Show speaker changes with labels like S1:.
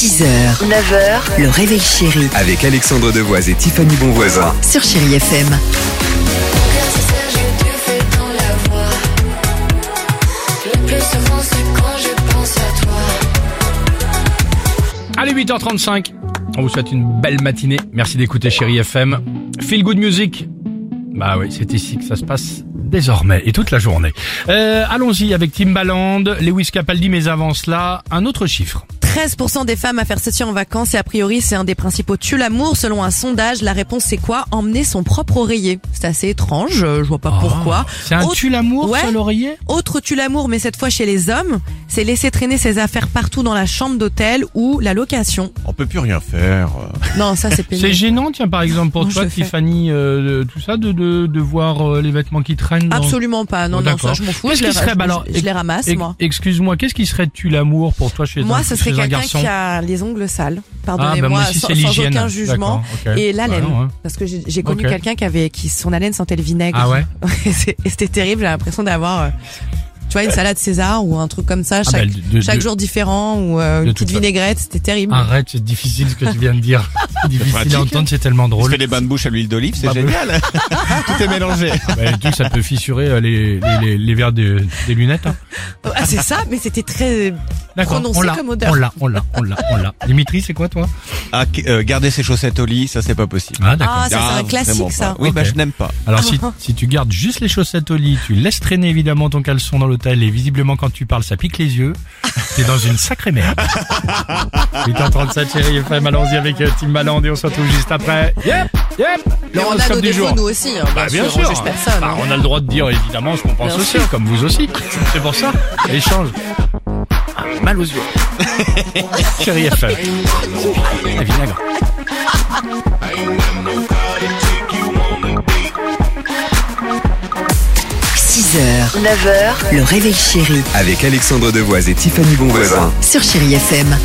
S1: 6h, 9h, le réveil chéri
S2: Avec Alexandre Devoise et Tiffany Bonvoisin.
S1: sur Chérie FM.
S3: Allez, 8h35. On vous souhaite une belle matinée. Merci d'écouter Chérie FM. Feel Good Music. Bah oui, c'est ici que ça se passe désormais et toute la journée. Euh, Allons-y avec Timbaland, Lewis Capaldi, mais avant cela, un autre chiffre.
S4: 13% des femmes à faire ceci en vacances et a priori c'est un des principaux tue l'amour selon un sondage. La réponse c'est quoi Emmener son propre oreiller. C'est assez étrange, euh, je vois pas pourquoi.
S3: Ah, C'est un
S4: Autre-
S3: tue l'amour
S4: Ouais.
S3: sur l'oreiller
S4: Autre tue l'amour mais cette fois chez les hommes, c'est laisser traîner ses affaires partout dans la chambre d'hôtel ou la location.
S5: On peut plus rien faire.
S4: Non ça c'est pénible.
S3: C'est gênant, tiens, par exemple, pour
S4: Non,
S3: toi,
S4: je le fais.
S3: Tiffany, euh, de- tout ça, de, de, de voir euh, les vêtements qui traînent. dans-
S4: Absolument pas, non,
S3: Bon,
S4: non,
S3: Oh, d'accord.
S4: ça je m'en fous.
S3: Qu'est-ce
S4: je les,
S3: qui serait-
S4: je-
S3: bah alors,
S4: je les ramasse,
S3: Ex-
S4: moi.
S3: Excuse-moi, qu'est-ce qui serait tu l'amour pour toi chez un,
S4: Moi, ce serait
S3: chez un
S4: quelqu'un
S3: garçon
S4: qui a les ongles sales.
S3: Ah, bah,
S4: Pardonnez-moi,
S3: moi aussi,
S4: sans,
S3: c'est
S4: sans
S3: l'hygiène.
S4: aucun jugement.
S3: D'accord, ok.
S4: Et l'haleine.
S3: Bah non, hein.
S4: Parce que j'ai j'ai connu
S3: Ok.
S4: quelqu'un qui avait, qui, son haleine sentait le vinaigre.
S3: Ah ouais
S4: Et c'est- et c'était terrible, j'ai l'impression d'avoir, euh, tu vois, une salade César ou un truc comme ça,
S3: Ah, bah,
S4: chaque,
S3: de- de-
S4: chaque
S3: de-
S4: jour différent, ou euh,
S3: de
S4: une
S3: toute
S4: petite
S3: façon.
S4: vinaigrette, c'était terrible.
S3: Arrête, c'est difficile ce que tu viens de dire. C'est difficile
S5: pratique.
S3: à entendre, c'est tellement
S5: On
S3: drôle.
S5: fait des bains de bouche à l'huile d'olive, c'est
S3: Bah, bah.
S5: génial. Tout est mélangé.
S3: Bah, le truc, ça peut fissurer euh, les, les, les, les verres des, des lunettes. hein.
S4: Ah, c'est ça, mais c'était très...
S3: D'accord,
S4: Prononcé
S3: on l'a,
S4: comme odeur.
S3: on l'a, on l'a, on l'a, on l'a. Dimitri, c'est quoi toi
S5: Ah, qu- euh, garder ses chaussettes au lit, ça c'est pas possible.
S3: Ah
S4: Ah, ça, c'est un
S5: Ah,
S4: classique,
S5: vraiment
S4: ça.
S5: pas. Oui,
S3: Ok.
S5: bah je n'aime pas.
S3: Alors si, si tu gardes juste les chaussettes au lit, tu laisses traîner évidemment ton caleçon dans l'hôtel et visiblement quand tu parles ça pique les yeux, t'es dans une sacrée merde. 8h37 chérie FM, allons-y avec euh, Timbaland et on se retrouve juste après. Yep, yep,
S4: Mais on a
S3: l'horoscope
S4: nos
S3: du
S4: défauts,
S3: jour.
S4: nous aussi, hein,
S3: Bah, bien
S4: on
S3: sûr.
S4: juge personne.
S3: Bah,
S4: hein.
S3: on a le droit de dire évidemment ce qu'on pense
S4: Bien
S3: aussi, comme vous aussi. C'est pour ça. Échange. Ah, Mal aux yeux. Chérie FM. La vinaigre.
S1: h 9h, le réveil chéri
S2: Avec Alexandre Devoise et Tiffany Bonvoisin.
S1: sur Chérie FM.